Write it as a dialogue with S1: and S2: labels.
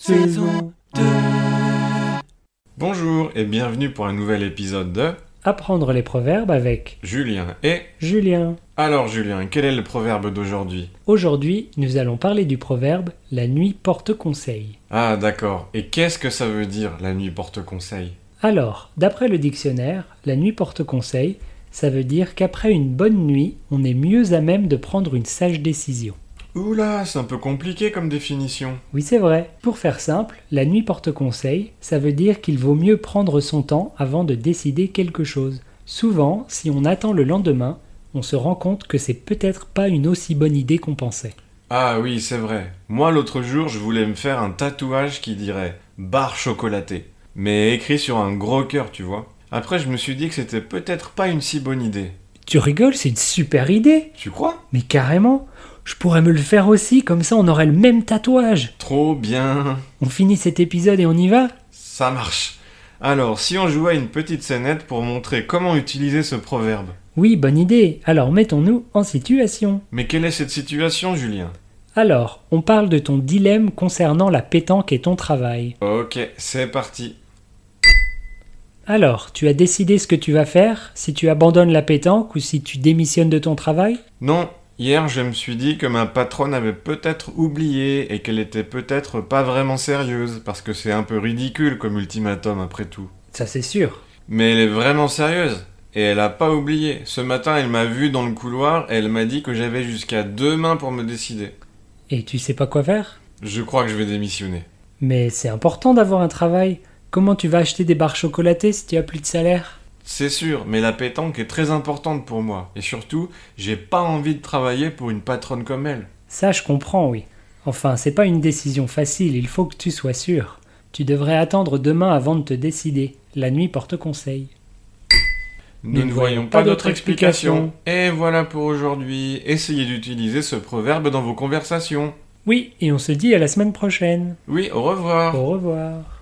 S1: saison 2.
S2: Bonjour et bienvenue pour un nouvel épisode de
S1: Apprendre les proverbes avec
S2: Julien et...
S1: Julien.
S2: Alors Julien, quel est le proverbe d'aujourd'hui
S1: Aujourd'hui, nous allons parler du proverbe La nuit porte conseil.
S2: Ah d'accord, et qu'est-ce que ça veut dire la nuit porte conseil
S1: Alors, d'après le dictionnaire, la nuit porte conseil, ça veut dire qu'après une bonne nuit, on est mieux à même de prendre une sage décision.
S2: Oula, c'est un peu compliqué comme définition.
S1: Oui, c'est vrai. Pour faire simple, la nuit porte conseil, ça veut dire qu'il vaut mieux prendre son temps avant de décider quelque chose. Souvent, si on attend le lendemain, on se rend compte que c'est peut-être pas une aussi bonne idée qu'on pensait.
S2: Ah oui, c'est vrai. Moi l'autre jour, je voulais me faire un tatouage qui dirait barre chocolatée, mais écrit sur un gros cœur, tu vois. Après, je me suis dit que c'était peut-être pas une si bonne idée.
S1: Tu rigoles, c'est une super idée
S2: Tu crois
S1: Mais carrément Je pourrais me le faire aussi, comme ça on aurait le même tatouage
S2: Trop bien.
S1: On finit cet épisode et on y va
S2: Ça marche. Alors, si on jouait à une petite scénette pour montrer comment utiliser ce proverbe.
S1: Oui, bonne idée Alors mettons-nous en situation
S2: Mais quelle est cette situation, Julien
S1: Alors, on parle de ton dilemme concernant la pétanque et ton travail.
S2: Ok, c'est parti.
S1: Alors, tu as décidé ce que tu vas faire, si tu abandonnes la pétanque ou si tu démissionnes de ton travail
S2: Non, hier je me suis dit que ma patronne avait peut-être oublié et qu'elle était peut-être pas vraiment sérieuse, parce que c'est un peu ridicule comme ultimatum après tout.
S1: Ça c'est sûr.
S2: Mais elle est vraiment sérieuse. Et elle a pas oublié. Ce matin, elle m'a vu dans le couloir et elle m'a dit que j'avais jusqu'à demain pour me décider.
S1: Et tu sais pas quoi faire
S2: Je crois que je vais démissionner.
S1: Mais c'est important d'avoir un travail. Comment tu vas acheter des barres chocolatées si tu as plus de salaire
S2: C'est sûr, mais la pétanque est très importante pour moi. Et surtout, j'ai pas envie de travailler pour une patronne comme elle.
S1: Ça, je comprends, oui. Enfin, c'est pas une décision facile, il faut que tu sois sûr. Tu devrais attendre demain avant de te décider. La nuit porte conseil.
S2: Nous ne voyons pas d'autre explication. Et voilà pour aujourd'hui. Essayez d'utiliser ce proverbe dans vos conversations.
S1: Oui, et on se dit à la semaine prochaine.
S2: Oui, au revoir.
S1: Au revoir.